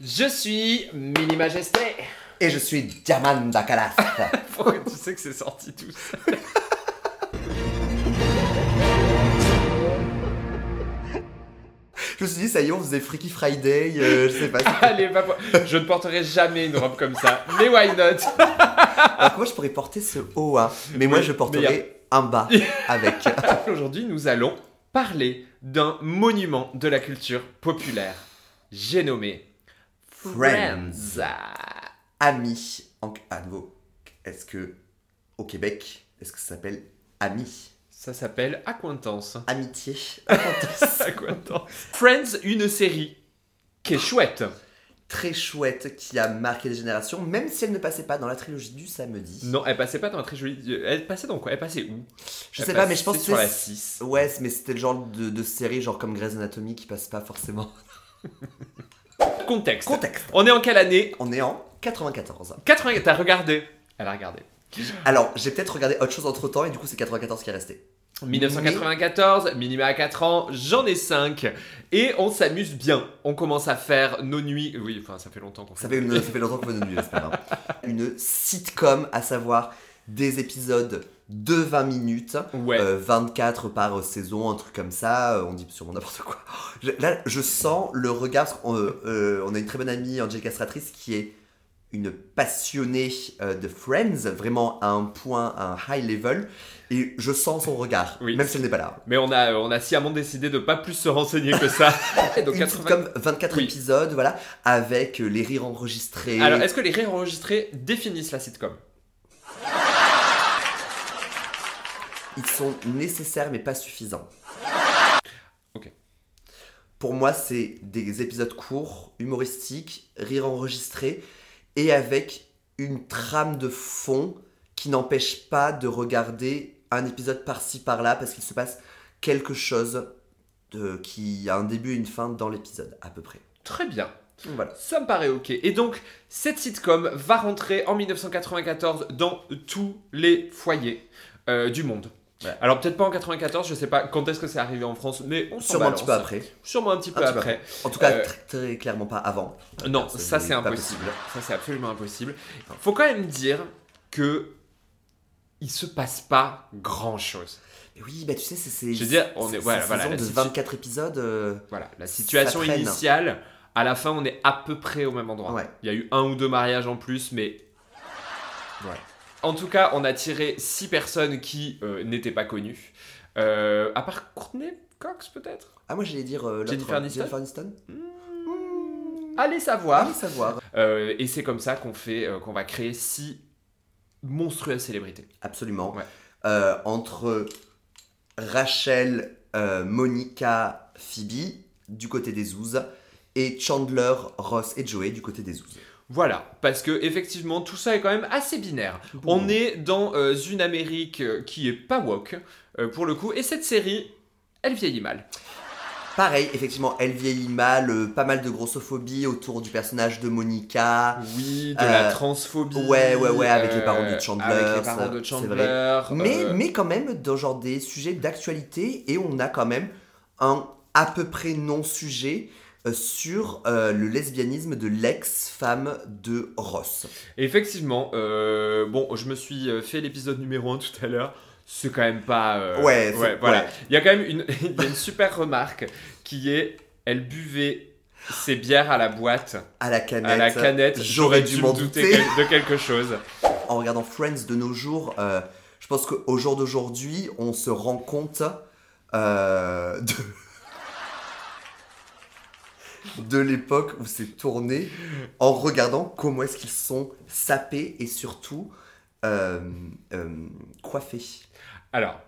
Je suis Mini Majesté. Et je suis Diamant Kalas. Pourquoi tu sais que c'est sorti tout ça je me suis dit, ça y est, on faisait Freaky Friday, euh, je sais pas. Allez, va voir. je ne porterai jamais une robe comme ça. Mais why not Alors que moi, je pourrais porter ce haut, hein. mais moi, Oui, je mais porterai un bas avec. Aujourd'hui, nous allons parler d'un monument de la culture populaire. J'ai nommé Friends. Ami. En... À nouveau, est-ce que au Québec, est-ce que ça s'appelle ami Ça s'appelle Acquaintance. Amitié Acquaintance. Friends, une série qui est chouette. Très chouette qui a marqué des générations, même si elle ne passait pas dans la trilogie du samedi. Non, elle passait pas dans un très joli. euh, Elle passait dans quoi Elle passait où Je Elle sais pas, mais je pense passait que sur la c'est- 6. Ouais, mais c'était le genre de, de série, genre comme Grey's Anatomy, qui passe pas forcément. Contexte. Contexte. On est en quelle année On est en 94. 80, t'as regardé Elle a regardé. Alors, j'ai peut-être regardé autre chose entre temps et du coup, c'est 94 qui est resté. 1994, minima à 4 ans, j'en ai 5. Et on s'amuse bien. On commence à faire nos nuits. Oui, enfin, ça fait longtemps qu'on Ça fait. fait, une- ça fait longtemps qu'on veut de nuit, c'est pas grave. hein. Une sitcom, à savoir des épisodes de 20 minutes, Ouais. euh, 24 par saison, un truc comme ça. euh, on dit sûrement n'importe quoi. Je- là, je sens le regard. parce qu'on, euh, euh, on a une très bonne amie, Angelica Stratrice, qui est une passionnée euh, de Friends, vraiment à un point, à un high level. Et je sens son regard, Oui. même si elle n'est pas là. Mais on a, on a sciemment décidé de pas plus se renseigner que ça. Et donc, Une 80 sitcom, 24 Oui. épisodes, voilà, avec euh, les rires enregistrés. Alors, est-ce que les rires enregistrés définissent la sitcom Ils sont nécessaires mais pas suffisants. Ok. Pour moi, c'est des épisodes courts, humoristiques, rires enregistrés et avec une trame de fond qui n'empêche pas de regarder un épisode par-ci par-là parce qu'il se passe quelque chose de, qui a un début et une fin dans l'épisode à peu près. Très bien. Voilà. Ça me paraît ok. Et donc, cette sitcom va rentrer en 1994 dans tous les foyers euh, du monde. Ouais. Alors, peut-être pas en 94, je sais pas quand est-ce que c'est arrivé en France, mais on s'en Sûrement un balance. petit peu après. Sûrement un petit peu Un petit peu après. En tout cas, Euh, très, très clairement pas avant. Non, Ça, ça c'est c'est pas impossible. Ça c'est absolument impossible. Faut quand même dire que il se passe pas grand chose. Mais oui, bah tu sais, c'est- c'est. Je veux dire, on est- c'est- voilà, ces voilà, saisons la de situ- 24 épisodes. euh, Voilà, la Ça situation traîne. initiale, à la fin on est à peu près au même endroit. Ouais. Il y a eu un ou deux mariages en plus, mais voilà. En tout cas, on a tiré six personnes qui euh, n'étaient pas connues. Euh, à part Courtney Cox peut-être. Ah, moi j'allais dire. euh, l'autre, Jennifer Aniston Aniston Allez savoir. Ah, savoir. Euh, et c'est comme ça qu'on fait, euh, qu'on va créer six monstrueuses célébrités. Absolument. Ouais. Euh, entre Rachel, euh, Monica, Phoebe, du côté des Zouz, et Chandler, Ross et Joey, du côté des Zouz. Voilà, parce que effectivement tout ça est quand même assez binaire. On est dans euh, une Amérique euh, qui est pas woke euh, pour le coup, et cette série, elle vieillit mal. Pareil, effectivement, elle vieillit mal, euh, pas mal de grossophobie autour du personnage de Monica. Oui, de Euh, la transphobie. euh, ouais, ouais, ouais, avec les parents de Chandler, Avec les parents ça, de c'est Chandler. vrai. euh, Mais, mais quand même dans genre des sujets d'actualité et on a quand même un à peu près non-sujet euh, sur euh, le lesbianisme de l'ex-femme de Ross. Effectivement, euh, bon, je me suis euh, fait l'épisode numéro 1 tout à l'heure. C'est quand même pas. euh, Ouais, c'est- voilà. ouais. Il y a quand même une, il y a une super remarque qui est elle buvait ses bières à la boîte, À la canette. à la canette. J'aurais dû m'en douter quel- de quelque chose. En regardant Friends de nos jours, euh, je pense qu'au jour d'aujourd'hui, on se rend compte euh, de... de l'époque où c'est tourné en regardant comment est-ce qu'ils sont sapés et surtout euh, euh, coiffés. Alors,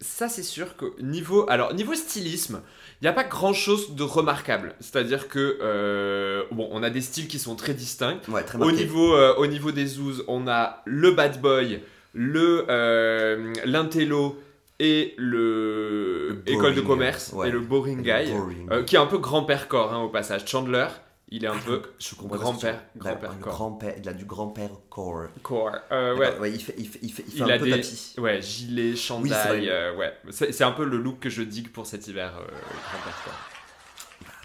ça c'est sûr que niveau, alors niveau stylisme, il n'y a pas grand chose de remarquable. C'est-à-dire que euh, bon, on a des styles qui sont très distincts. Ouais, très Au marqué. niveau, euh, au niveau des zouzes, on a le bad boy, le euh, l'intello et le, Le école de boring, commerce ouais. et le boring guy, Boring. euh, qui est un peu grand-père corps hein, au passage. Chandler, il est un peu je comprends pas ce que grand-père, tu- Bah, grand-père le corps. grand-père- il a du grand-père corps. Corps, euh, ouais. D'accord, il fait, il fait- il fait- il fait Il un a peu des- papy. Ouais, gilet, chandail, vrai. euh, ouais. C'est c'est un peu le look que je digue pour cet hiver, euh, grand-père, quoi.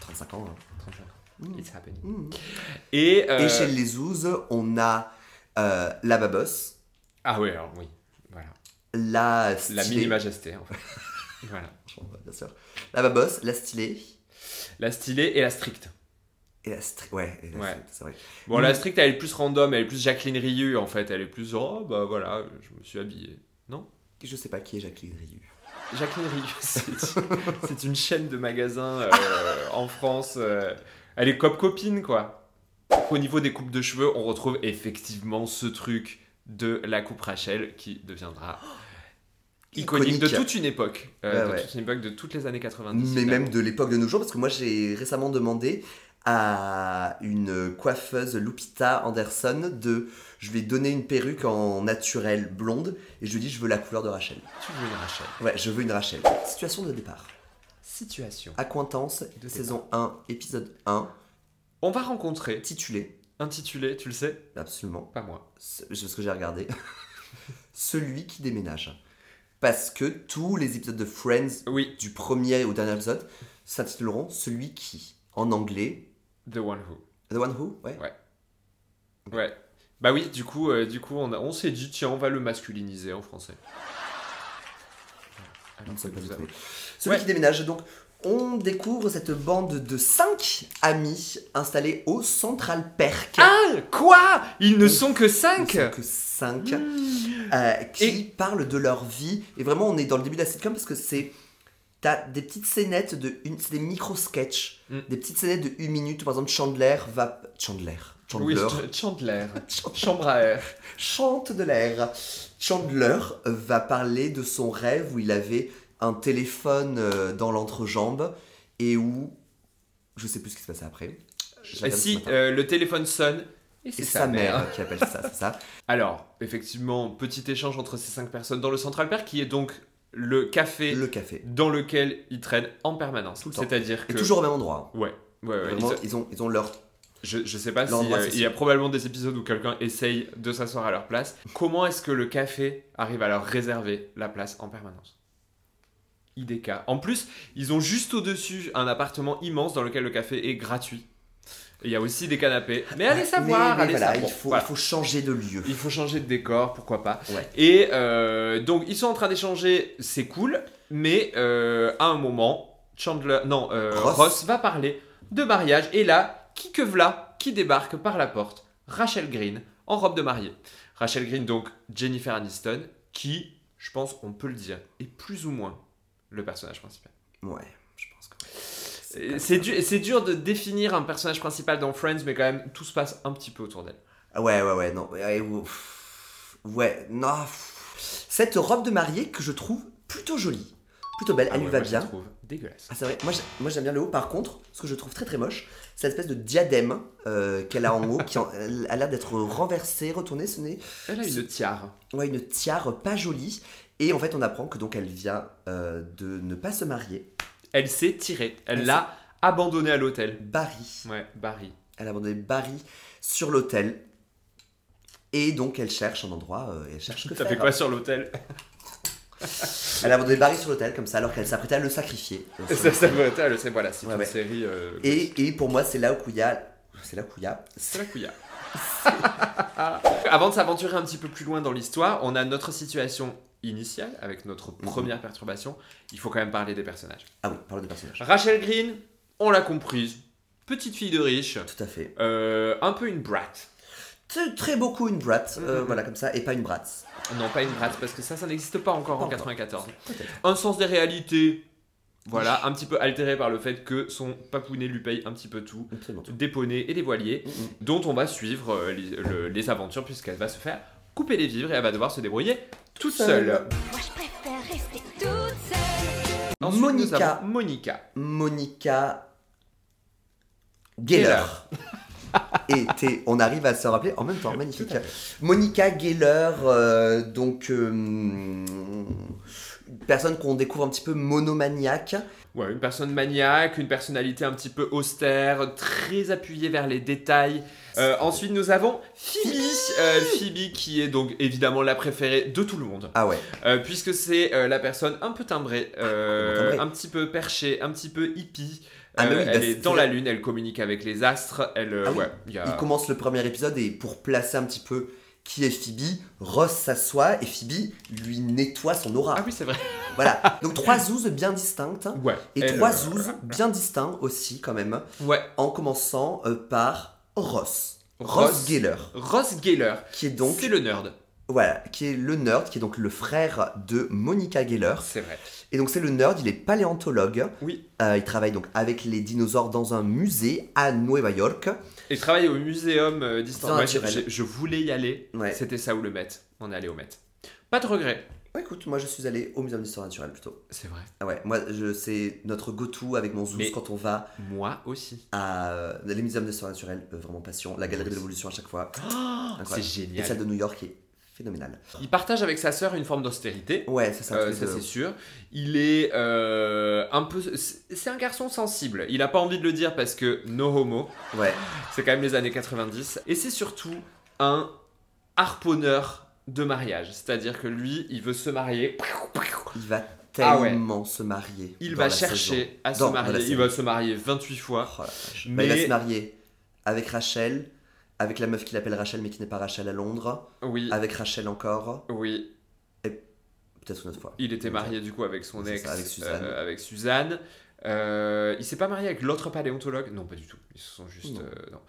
35 ans. hein. 35. It's happening. Mmh. Et, euh, Et chez les Zouz, on a euh, la babosse, ah ouais, alors oui, voilà, la stylée. bah, la mini majesté en fait. voilà, Bien sûr. La babosse, la stylée. la stylée et la stricte. Et la stri- Ouais, et la Ouais. stricte, c'est vrai. Bon, Mm. la stricte, elle est plus random, elle est plus Jacqueline Rieu en fait, elle est plus oh bah voilà, je me suis habillée. Je sais pas qui est Jacqueline Rieu. Jacqueline Rieu, c'est c'est une chaîne de magasins euh, en France. euh, elle est cop copine quoi. Au niveau des coupes de cheveux, on retrouve effectivement ce truc de la coupe Rachel qui deviendra iconique, de toute une époque, euh, Ouais, de Bah ouais. toute une époque, de toutes les années 90. Mais finalement. même de l'époque de nos jours, parce que moi j'ai récemment demandé à une coiffeuse Lupita Anderson de. Je lui ai donné une perruque en naturel blonde et je lui ai dit je veux la couleur de Rachel. Tu veux une Rachel. Ouais, je veux une Rachel. Situation de départ. Situation. Acquaintance, De saison 1, épisode 1, On va rencontrer, titulé, intitulé, tu le sais, absolument, pas moi. ce ce que j'ai regardé, celui qui déménage. Parce que tous les épisodes de Friends, Oui, du premier au dernier épisode, s'intituleront Celui qui, en anglais, The One Who. The One Who, ouais. Ouais. Bah oui, du coup, euh, du coup on, a- on s'est dit, tiens, on va le masculiniser en français. Non, Alors Ah, ça que peut nous être avons- trouvé. Celui Ouais. qui déménage. Donc, on découvre cette bande de 5 amis installés au Central Perk. Ah Quoi Ils ne Ils sont que Ils ne 5 sont que 5 Hmm. Euh, qui Et- parlent de leur vie. Et vraiment, on est dans le début de la sitcom parce que c'est. T'as des petites scénettes de. Une, c'est des micro-sketchs. Mm. Des petites scénettes de 1 minute. Par exemple, Chandler va. Chandler. Mmh. Oui, Chandler. Ch- Chandler. Chandler. Chambre à air. Chante de l'air. Chandler va parler de son rêve où il avait un téléphone euh, dans l'entrejambe et où je sais plus ce qui se passait après. J'ai Ah, regardé ce si, matin. euh, le téléphone sonne. Et Et c'est sa mère qui appelle ça, c'est ça. Alors, effectivement, petit échange entre ces cinq personnes dans le Central Perk, qui est donc le café Le café. dans lequel ils traînent en permanence. Tout le temps. C'est-à-dire que. Euh, Et toujours au même endroit. hein. Ouais. Ouais, ouais. Vraiment, Ils- ils, ont, ils ont leur. Je, je sais pas si L'endroit, euh, c'est il y a probablement des épisodes où quelqu'un essaye de s'asseoir à leur place. Comment est-ce que le café arrive à leur réserver la place en permanence IDK. En plus, ils ont juste au-dessus un appartement immense dans lequel le café est gratuit. Et il y a aussi des canapés. Mais allez Mais- savoir, mais allez voilà, savoir. Il faut, Voilà. il faut changer de lieu. Il faut changer de décor, pourquoi pas. Ouais. Et euh, donc, ils sont en train d'échanger, c'est cool, mais euh, à un moment, Chandler, non, euh, Ross. Ross. va parler de mariage, et là, qui que v'là, qui débarque par la porte Rachel Green, en robe de mariée. Rachel Green, donc Jennifer Aniston, qui, je pense, on peut le dire, est plus ou moins le personnage principal. Ouais, je pense que. Euh, comme C'est ça. du- c'est dur de définir un personnage principal dans Friends, mais quand même, tout se passe un petit peu autour d'elle. Ah Ouais, ouais, ouais, non. Ouais, ouais, pff, ouais, non. pff. Cette robe de mariée que je trouve plutôt jolie, plutôt belle, Ah elle lui ouais, va moi, je la bien. trouve dégueulasse. Ah, c'est vrai, moi j'ai- moi, j'aime bien le haut. Par contre, ce que je trouve très très moche, c'est l'espèce de diadème euh, qu'elle a en haut qui en- elle a l'air d'être renversée, retournée. Ce n'est Elle a une tiare. ouais, une tiare pas jolie. Et en fait, on apprend que donc elle vient euh, de ne pas se marier. Elle s'est tirée. Elle Elle l'a abandonnée à l'hôtel. Barry. Ouais, Barry. Elle a abandonné Barry sur l'hôtel. Et donc elle cherche un endroit, euh, et elle cherche que T'as faire. fait quoi sur l'hôtel Elle a abandonné Barry sur l'hôtel comme ça alors qu'elle s'apprêtait à le sacrifier. euh, sur Ça, ça l'autel. va, t'as le- c'est voilà, c'est Ouais, une ouais. série. euh, et, et pour moi, c'est là où il y a... C'est là où il y a... C'est la couilla. Avant de s'aventurer un petit peu plus loin dans l'histoire, on a notre situation initiale avec notre première perturbation. Il faut quand même parler des personnages. Ah oui, parle de personnage. Rachel Green, on l'a comprise. Petite fille de riche, Tout à fait. euh, un peu une brat. Très, très beaucoup une brate, euh, Mhm. voilà comme ça, et pas une brate. Non, pas une brat parce que ça, ça n'existe pas encore en Pas encore. 94. Peut-être. un sens des réalités, voilà, un petit peu altéré par le fait que son papounet lui paye un petit peu tout, Absolument. des poneys et des voiliers, Mhm. dont on va suivre euh, les, le- les aventures puisqu'elle va se faire couper les vivres et elle va devoir se débrouiller toute seule. Seule. Moi, je préfère rester toute seule. Ensuite, nous Monica. avons Monica. Monica Geller. et t'es- on arrive à se rappeler en même temps, magnifique. Tout à Monica Geller, euh, donc euh, une personne qu'on découvre un petit peu monomaniaque. Ouais, une personne maniaque, une personnalité un petit peu austère, très appuyée vers les détails. Euh, ensuite, nous avons Phoebe, euh, Phoebe qui est donc évidemment la préférée de tout le monde. Ah ouais, Euh, puisque c'est euh, la personne un peu timbrée, euh, Ah, Complètement timbrée. un petit peu perchée, un petit peu hippie, Euh, Ah, mais oui, elle bah, est c'est- dans la lune, elle communique avec les astres, elle... euh, Ah oui, ouais, il y a- Il commence le premier épisode et pour placer un petit peu qui est Phoebe, Ross s'assoit et Phoebe lui nettoie son aura. Ah oui, c'est vrai. Voilà. Donc trois zouzes bien distinctes Ouais. Ah. et elle, trois euh, zouzes bien distincts aussi quand même, Ouais. en commençant euh, par Ross. Ross, Ross, Geller, Ross Geller. qui est donc Donc... C'est le nerd. voilà, qui est le nerd, qui est donc le frère de Monica Geller. C'est vrai. Et donc c'est le nerd, il est paléontologue. Oui. Euh, il travaille donc avec les dinosaures dans un musée à Nueva York. Et travaille au muséum euh, d'histoire Dans Ouais, j'ai- naturel. j'ai- je voulais y aller. Ouais. C'était ça ou le Met. On est allé au Met. Pas de regret. Ouais, écoute, moi je suis allé au muséum d'histoire naturelle plutôt. C'est vrai. Ah ouais, moi je c'est notre go-to avec mon zouz Mais- quand on va Moi aussi. à euh, les muséums d'histoire naturelle, euh, vraiment passion, la galerie de l'évolution à chaque fois. c'est Ah, Incroyable. Et génial. celle de New York est phénoménale. Il partage avec sa sœur une forme d'austérité. Ouais, ça c'est un Euh, truc ça de- c'est sûr. Il est euh, un peu. C'est c'est un garçon sensible. Il a pas envie de le dire parce que no homo. Ouais, C'est quand même les années 90. Et c'est surtout un harponneur de mariage. C'est-à-dire que lui, il veut se marier. il va Ah ouais. tellement se marier. Il dans va la saison. chercher à se Dans la marier. Il saison. va se marier 28 fois. Oh la vache. Bah, Mais- il va se marier avec Rachel, avec la meuf qu'il appelle Rachel mais qui n'est pas Rachel à Londres, Oui. avec Rachel encore, Oui, peut-être une autre fois. il était marié du coup avec son C'est ex, ça, avec Suzanne. euh, avec Suzanne. Euh, il s'est pas marié avec l'autre paléontologue Non, pas du tout. Ils se sont juste. Non. euh, non.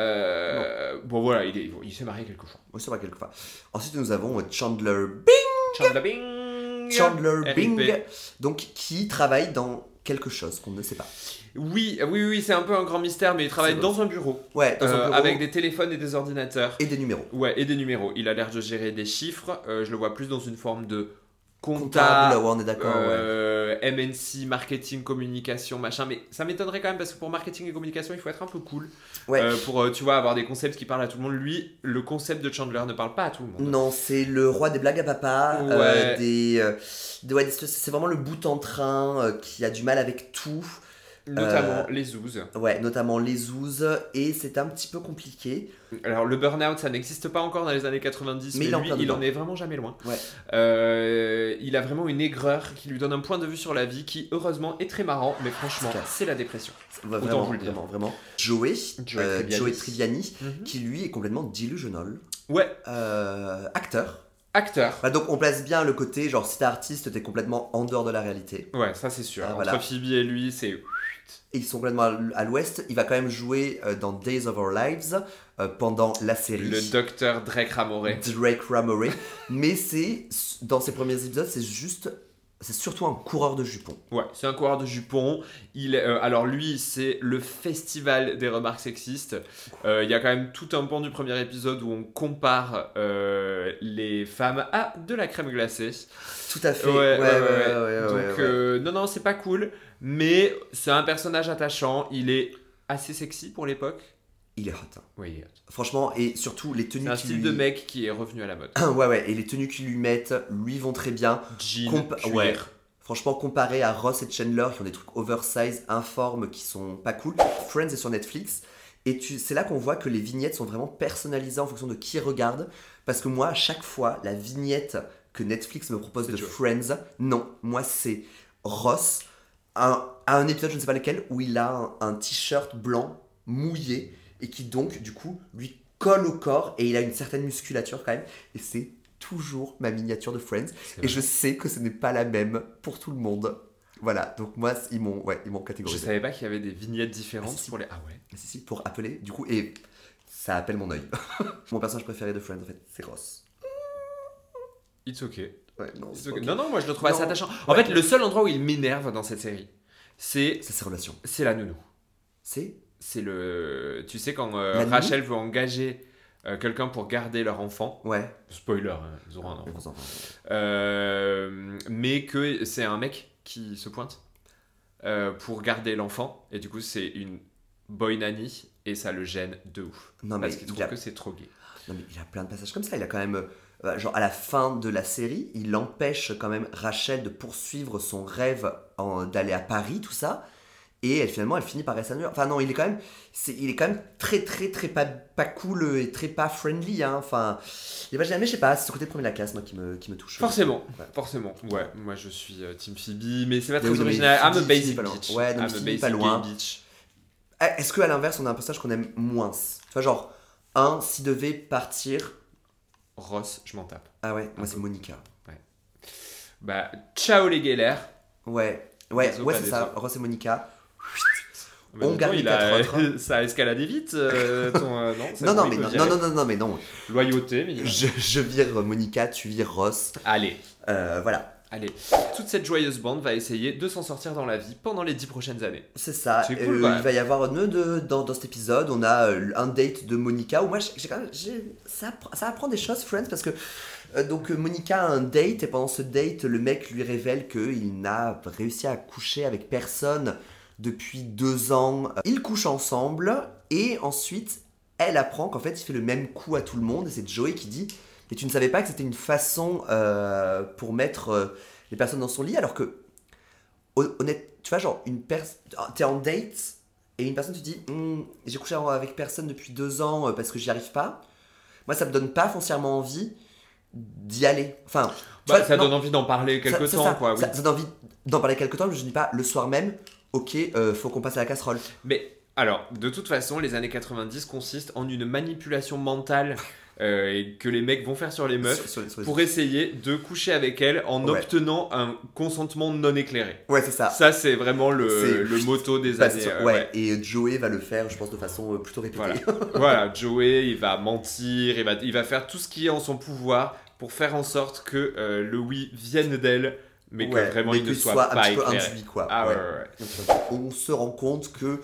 Euh, Bon, voilà, il, est- il s'est marié quelque chose. On sait pas quelquefois. Ensuite nous avons euh, Chandler Chandler Bing Chandler R.I.P. Bing, donc qui travaille dans quelque chose qu'on ne sait pas. Oui, oui, oui, c'est un peu un grand mystère, mais il travaille C'est dans un bureau, Ouais, dans un euh, bureau avec des téléphones et des ordinateurs. et des numéros. Ouais, et des numéros. Il a l'air de gérer des chiffres. Euh, je le vois plus dans une forme de comptable. Comptable, ouais, on est d'accord. ouais. Euh, MNC, marketing, communication, machin. Mais ça m'étonnerait quand même parce que pour marketing et communication, il faut être un peu cool. Ouais. Euh, pour, euh, tu vois, avoir des concepts qui parlent à tout le monde. Lui, le concept de Chandler ne parle pas à tout le monde. Non, c'est le roi des blagues à papa. euh, Ouais. des, euh, des- ouais, des- c'est vraiment le bout en train euh, qui a du mal avec tout. Mm. Notamment Euh. les zouzes. Ouais, notamment les zouzes. Et c'est un petit peu compliqué. Alors, le burn-out, ça n'existe pas encore dans les années 90, Mais mais, il est en lui, plein il dedans. en est vraiment jamais loin. Ouais. Euh, il a vraiment une aigreur qui lui donne un point de vue sur la vie qui, heureusement, est très marrant, mais franchement, C'est clair. c'est la dépression. Ouais, Autant vraiment, vous le dire. vraiment, vraiment. Joey, Joey euh, Tribbiani. Joey Tribbiani, qui lui est complètement delusional. Ouais, Euh, acteur. acteur. Bah, donc on place bien le côté, genre si t'es artiste, t'es complètement en dehors de la réalité. Ouais, ça c'est sûr. Ah, Entre voilà. Phoebe et lui, c'est. Et ils sont complètement à l- à l'ouest. Il va quand même jouer euh, dans Days of Our Lives euh, pendant la série Le docteur Drake Ramore. Drake Ramore. Mais c'est dans ses premiers épisodes, c'est juste, c'est surtout un coureur de jupons. Ouais, c'est un coureur de jupons. Il, est- euh, alors lui, c'est le festival des remarques sexistes. Euh, Il y a quand même tout un pan du premier épisode où on compare euh, les femmes à de la crème glacée. Tout à fait. Ouais, ouais, ouais, ouais, ouais, Donc ouais, ouais. euh, non, non, c'est pas cool, mais c'est un personnage attachant. Il est assez sexy pour l'époque. il est hot. hein. Oui, Franchement, et surtout les tenues c'est un qui style lui... de mec qui est revenu à la mode. ouais, ouais, et les tenues qu'ils lui mettent lui vont très bien. Jean, Compa- cuir. ouais. Franchement, comparé à Ross et Chandler qui ont des trucs oversize, informes, qui sont pas cool, Friends est sur Netflix. Et tu, c'est là qu'on voit que les vignettes sont vraiment personnalisées en fonction de qui regarde. Parce que moi, à chaque fois, la vignette que Netflix me propose C'est de Joey. Friends, non, moi c'est Ross, un- à un épisode, je ne sais pas lequel, où il a un, un t-shirt blanc mouillé et qui donc, du coup, lui colle au corps et il a une certaine musculature quand même. Et c'est toujours ma miniature de Friends. C'est Et vrai. je sais que ce n'est pas la même pour tout le monde. Voilà, donc moi, ils m'ont ouais, ils m'ont Je... catégorisé. savais pas qu'il y avait des vignettes différentes Ah, si. pour les. Ah ouais. Si, si, pour appeler, du coup, et ça appelle mon œil. mon personnage préféré de Friends, en fait, c'est Ross. It's okay. Ouais, non, C'est ok. ok. Non, non, moi je le trouve assez Non. attachant. En Ouais. fait, le seul endroit où il m'énerve dans cette série, c'est C'est ses relations. c'est la nounou. C'est C'est le. Tu sais, quand euh, La nounou Rachel veut engager euh, quelqu'un pour garder leur enfant, Ouais. spoiler, hein, ils auront un Les enfant, gros enfants. Euh, mais que c'est un mec qui se pointe euh, pour garder l'enfant, et du coup, c'est une boy nanny, et ça le gêne de ouf. Non Ah, mais, parce qu'il il trouve a... que c'est trop gay. non, mais il a plein de passages comme ça. Il a quand même. euh, genre, à la fin de la série, il empêche quand même Rachel de poursuivre son rêve en- d'aller à Paris, tout ça. Et elle, finalement, elle finit par rester à New York. Enfin, non, il est quand même, c'est, il est quand même très, très, très pas, pas cool et très pas friendly. Hein. Enfin, il va jamais, je sais pas, c'est ce côté premier de la classe, moi, qui me, qui me touche. Forcément, Ouais. forcément. Ouais, moi je suis euh, Team Phoebe, mais c'est pas Mais très oui, mais original. I'm a Phoebe, Phoebe, basic pas loin. bitch. Ouais, non, I'm a Phoebe, basic pas loin. gay bitch. Ah, Est-ce que à l'inverse, on a un personnage qu'on aime moins Tu vois, genre, un, s'il devait partir. Ross, je m'en tape. Ah ouais, moi, c'est Monica. Bah, ciao les galères. Ouais, ouais, Désolé, ouais, pas c'est ça, désolé. Ross et Monica. En même On garde temps, les il a- 4-4-1. Ça a escaladé vite, euh, ton, euh, non, ça hein. Non, non, brille mais non, au non, direct. non, non, non, mais non. Loyauté, mais... Je, je vire Monica, tu vires Ross. Allez, Euh, voilà, allez. Toute cette joyeuse bande va essayer de s'en sortir dans la vie pendant les dix prochaines années. c'est ça. C'est Euh, cool, quand il même. va y avoir une, de, dans, dans cet épisode, on a euh, un date de Monica où moi, j'ai j'ai quand même, j'ai- ça, appre- ça apprend des choses, Friends, parce que euh, donc euh, Monica a un date et pendant ce date, le mec lui révèle qu'il n'a réussi à coucher avec personne depuis deux ans. Euh, Ils couchent ensemble et ensuite, elle apprend qu'en fait, il fait le même coup à tout le monde et c'est Joey qui dit Mais tu ne savais pas que c'était une façon euh, pour mettre euh, les personnes dans son lit alors que hon- honnête, tu vois, genre, une personne. T'es en date et une personne te dit Hmm, J'ai couché avec personne depuis deux ans euh, parce que j'y arrive pas. Moi, ça me donne pas foncièrement envie d'y aller. Enfin, tu Bah, vois, ça non, donne envie d'en parler quelque ça- c'est temps, ça, quoi. oui. Ça, ça donne envie d'en parler quelque temps, mais je dis pas le soir même. Ok, euh, faut qu'on passe à la casserole. Mais alors, de toute façon, les années 90 consistent en une manipulation mentale euh, et que les mecs vont faire sur les meufs Sur- sur- sur- pour essayer de coucher avec elles en Ouais. obtenant un consentement non éclairé. Ouais, c'est ça. Ça, c'est vraiment C'est- le, le moto des Parce- années. ouais, euh, ouais. et Joey va le faire, je pense, de façon euh, plutôt répétée. Voilà. voilà, Joey, il va mentir, il va, il va faire tout ce qui est en son pouvoir pour faire en sorte que euh, le oui vienne d'elle, mais Ouais, que vraiment il ne qu'il soit, soit pas un petit peu éclairé. induit, quoi. Ah Ouais. ouais, ouais, ouais. on se rend compte que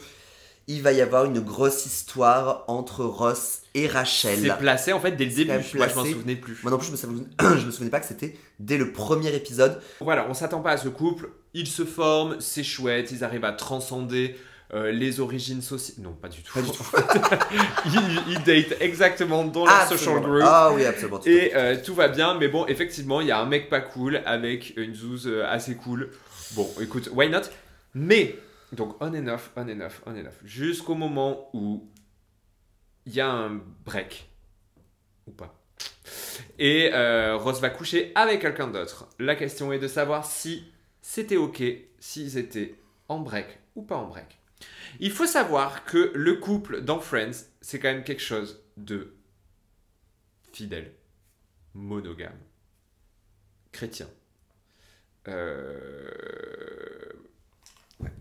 il va y avoir une grosse histoire entre Ross et Rachel. C'est placé en fait dès le début. quand même Moi, je m'en placé. souvenais plus. Moi non plus, je me, souvenais, je me souvenais pas que c'était dès le premier épisode. Voilà, on s'attend pas à ce couple, ils se forment, c'est chouette, ils arrivent à transcender euh, les origines sociales. Non, pas du tout. Pas du tout. ils, ils datent exactement dans leur social Absolument. group. Ah oui, absolument. tout à fait. Et euh, tout va bien, mais bon, effectivement, il y a un mec pas cool avec une zouze euh, assez cool. Bon, écoute, why not Mais, donc on and off, on and off, on and off. Jusqu'au moment où il y a un break. Ou pas. Et euh, Ross va coucher avec quelqu'un d'autre. La question est de savoir si c'était ok, s'ils étaient en break ou pas en break. Il faut savoir que le couple dans Friends, c'est quand même quelque chose de fidèle, monogame, chrétien, euh...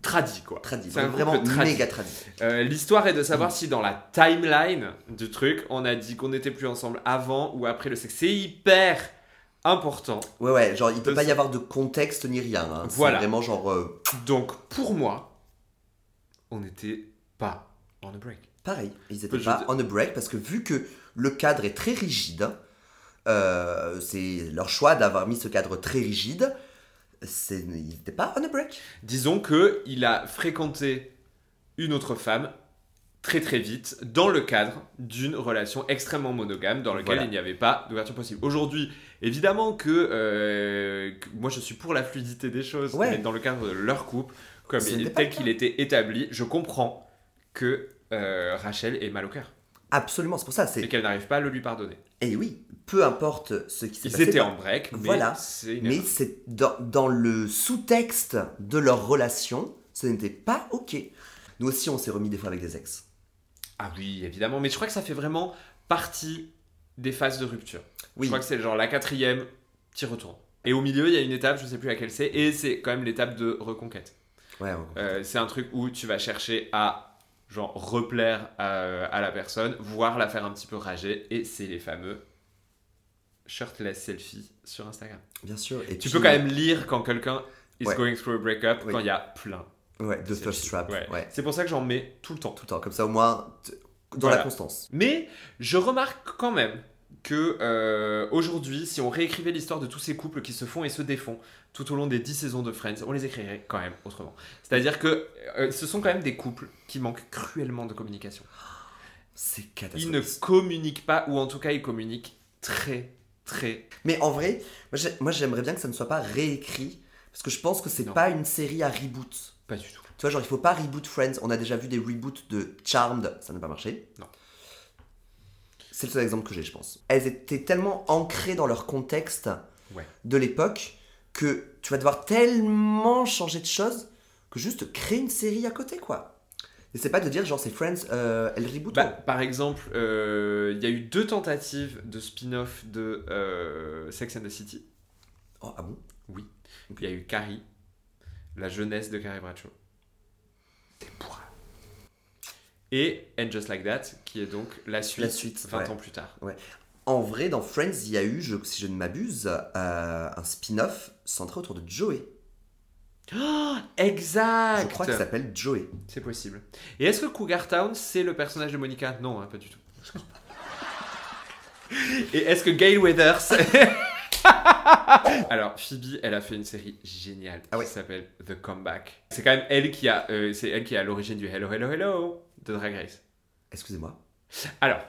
tradit quoi. Tradit. C'est un vraiment couple tradit. méga Mm. tradit. Euh, L'histoire est de savoir si dans la timeline du truc, on a dit qu'on n'était plus ensemble avant ou après le sexe. C'est hyper important. Ouais, ouais, genre il peut De- pas y avoir de contexte ni rien. hein. C'est Voilà. vraiment genre euh, Donc pour moi, on n'était pas on a break. pareil. Ils étaient Je- pas on a break parce que vu que le cadre est très rigide, hein, euh, c'est leur choix d'avoir mis ce cadre très rigide. C'est, ils n'étaient pas on a break. Disons que il a fréquenté une autre femme très très vite dans le cadre d'une relation extrêmement monogame dans laquelle Voilà. il n'y avait pas d'ouverture possible. Aujourd'hui, évidemment que, euh, que- moi je suis pour la fluidité des choses, Ouais. mais dans le cadre de leur couple, comme Ce il- n'était pas tel le cas. qu'il était établi, je comprends que euh, Rachel ait mal au cœur Absolument, c'est pour ça. et C'est qu'elle n'arrive pas à le lui pardonner. et Eh oui, peu importe ce qui s'est Ils passé. étaient par- en break, mais Voilà. c'est une Mais erreur. c'est dans, dans le sous-texte de leur relation, ce n'était pas ok. Nous aussi, on s'est remis des fois avec des ex. Ah oui, évidemment, mais je crois que ça fait vraiment partie des phases de rupture. Oui, Je crois que c'est genre la quatrième, petit retour. Et au milieu, il y a une étape, je sais plus laquelle c'est, et c'est quand même l'étape de reconquête. ouais, ouais. Euh, c'est un truc où tu vas chercher à genre replaire euh, à, à la personne, voire la faire un petit peu rager, et c'est les fameux shirtless selfies sur Instagram. bien sûr. Et Tu puis- peux quand même lire quand quelqu'un is Ouais. going through a breakup, Oui. quand il y a plein. Ouais, de C'est- first trap. Ouais. ouais. C'est pour ça que j'en mets tout le temps. Tout le temps. Comme ça, au moins, t- dans Voilà. la constance. Mais je remarque quand même que euh, aujourd'hui, si on réécrivait l'histoire de tous ces couples qui se font et se défont tout au long des 10 saisons de Friends, on les écrirait quand même autrement. C'est-à-dire que euh, ce sont quand même des couples qui manquent cruellement de communication. C'est Ils ne catastrophique. communiquent pas, ou en tout cas ils communiquent très, très... Mais en vrai, moi, j'ai- moi, j'aimerais bien que ça ne soit pas réécrit. Parce que je pense que c'est Non. pas une série à reboot. Pas du tout. Tu Tu vois, genre, il faut pas reboot Friends. On a déjà vu des reboots de Charmed, ça n'a pas marché. Non. C'est le seul exemple que j'ai, je pense. Elles étaient tellement ancrées dans leur contexte Ouais. de l'époque que tu vas devoir tellement changer de choses que juste créer une série à côté, quoi. Et c'est pas de dire, genre, c'est Friends, euh, elle reboot. Bah, quoi. par exemple, euh, il y a eu deux tentatives de spin-off de euh, Sex and the City. Oh, ah bon Il y a eu Carrie, la jeunesse de Carrie Bradshaw. T'es bourrin. Et And Just Like That, qui est donc la suite, La suite, 20 ouais. ans plus tard. En vrai, dans Friends, il y a eu, je- si je ne m'abuse, euh, un spin-off centré autour de Joey. Oh, exact Ah, Je crois qu'il s'appelle Joey. C'est possible. Et est-ce que Cougar Town, c'est le personnage de Monica Non, hein, pas du tout. Et est-ce que Gail Weathers. Alors, Phoebe, elle a fait une série géniale Ah ouais. qui s'appelle The Comeback. C'est quand même elle qui a, euh, c'est elle qui est à l'origine du Hello Hello Hello de Drag Race. Excusez-moi. Alors,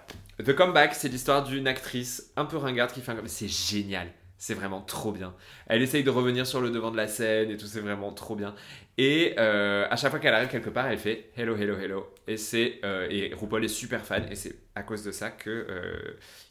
The Comeback, c'est l'histoire d'une actrice un peu ringarde qui fait un... C'est génial. C'est vraiment trop bien. Elle essaye de revenir sur le devant de la scène et tout, c'est vraiment trop bien. Et euh, à chaque fois qu'elle arrive quelque part, elle fait hello, hello, hello. Et c'est euh, et RuPaul est super fan et c'est à cause de ça que euh,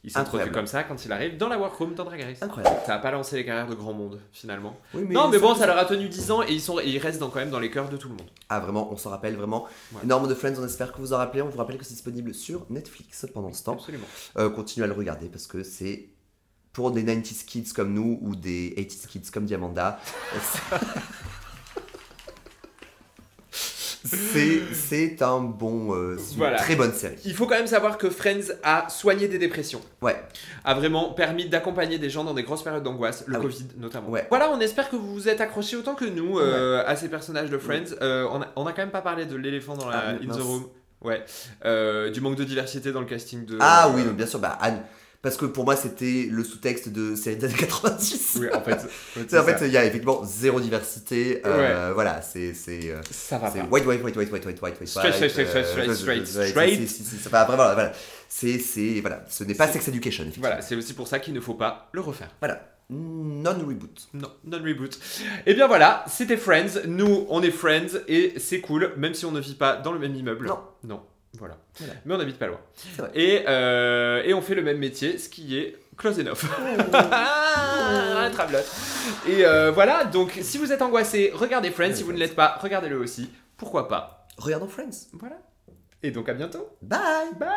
il s'introduit Incroyable. Ah. comme ça quand il arrive dans la workroom dans Drag Race. Incroyable. Ça a pas lancé les carrières de grand monde finalement. Oui, non, mais bon, ça leur a tenu 10 ans et ils sont et ils restent dans, quand même dans les cœurs de tout le monde. Ah, vraiment, on s'en rappelle vraiment. Ouais. Énorme de Friends, on espère que vous en rappelez. On vous rappelle que c'est disponible sur Netflix pendant ce temps. Absolument. Euh, continuez à le regarder parce que c'est pour des 90s kids comme nous ou des 80s kids comme Diamanda. c'est c'est un bon, euh, c'est une Voilà. Euh, très bonne série. Il faut quand même savoir que Friends a soigné des dépressions. Ouais. a vraiment permis d'accompagner des gens dans des grosses périodes d'angoisse, le Ah oui. Covid notamment. Ouais. Voilà, on espère que vous vous êtes accrochés autant que nous euh, à ces personnages de Friends. Euh, on, a, on a quand même pas parlé de l'éléphant dans la Ah, in mince. the room. Ouais. Euh, du manque de diversité dans le casting de. euh, Ah oui, non, bien sûr, bah Anne. Parce que pour moi, c'était le sous-texte de série des années 90. Oui, en fait, Tu sais, en fait, il y a effectivement zéro diversité. euh, Voilà, c'est. c'est, euh, ça va C'est pas. white, white, white, white, white, white, white, white, Straight, white, straight, euh, straight, straight, c'est- c'est- straight. c'est- c'est- c'est- Enfin, vraiment, voilà. C'est, c'est, voilà. Ce n'est pas Sex Education, effectivement. Voilà, c'est aussi pour ça qu'il ne faut pas le refaire. Voilà. Non-reboot. Non, non reboot. Et bien voilà, c'était Friends. Nous, on est Friends et c'est cool, même si on ne vit pas dans le même immeuble. Non. Non, voilà. Voilà. Mais on habite pas loin. vrai. Et, euh, et on fait le même métier, ce qui est close enough. Ah, travelote. Et euh, voilà, donc si vous êtes angoissé, regardez Friends. Si vous ne l'êtes pas, regardez-le aussi. Pourquoi pas Regardons Friends. Voilà. Et donc à bientôt. Bye Bye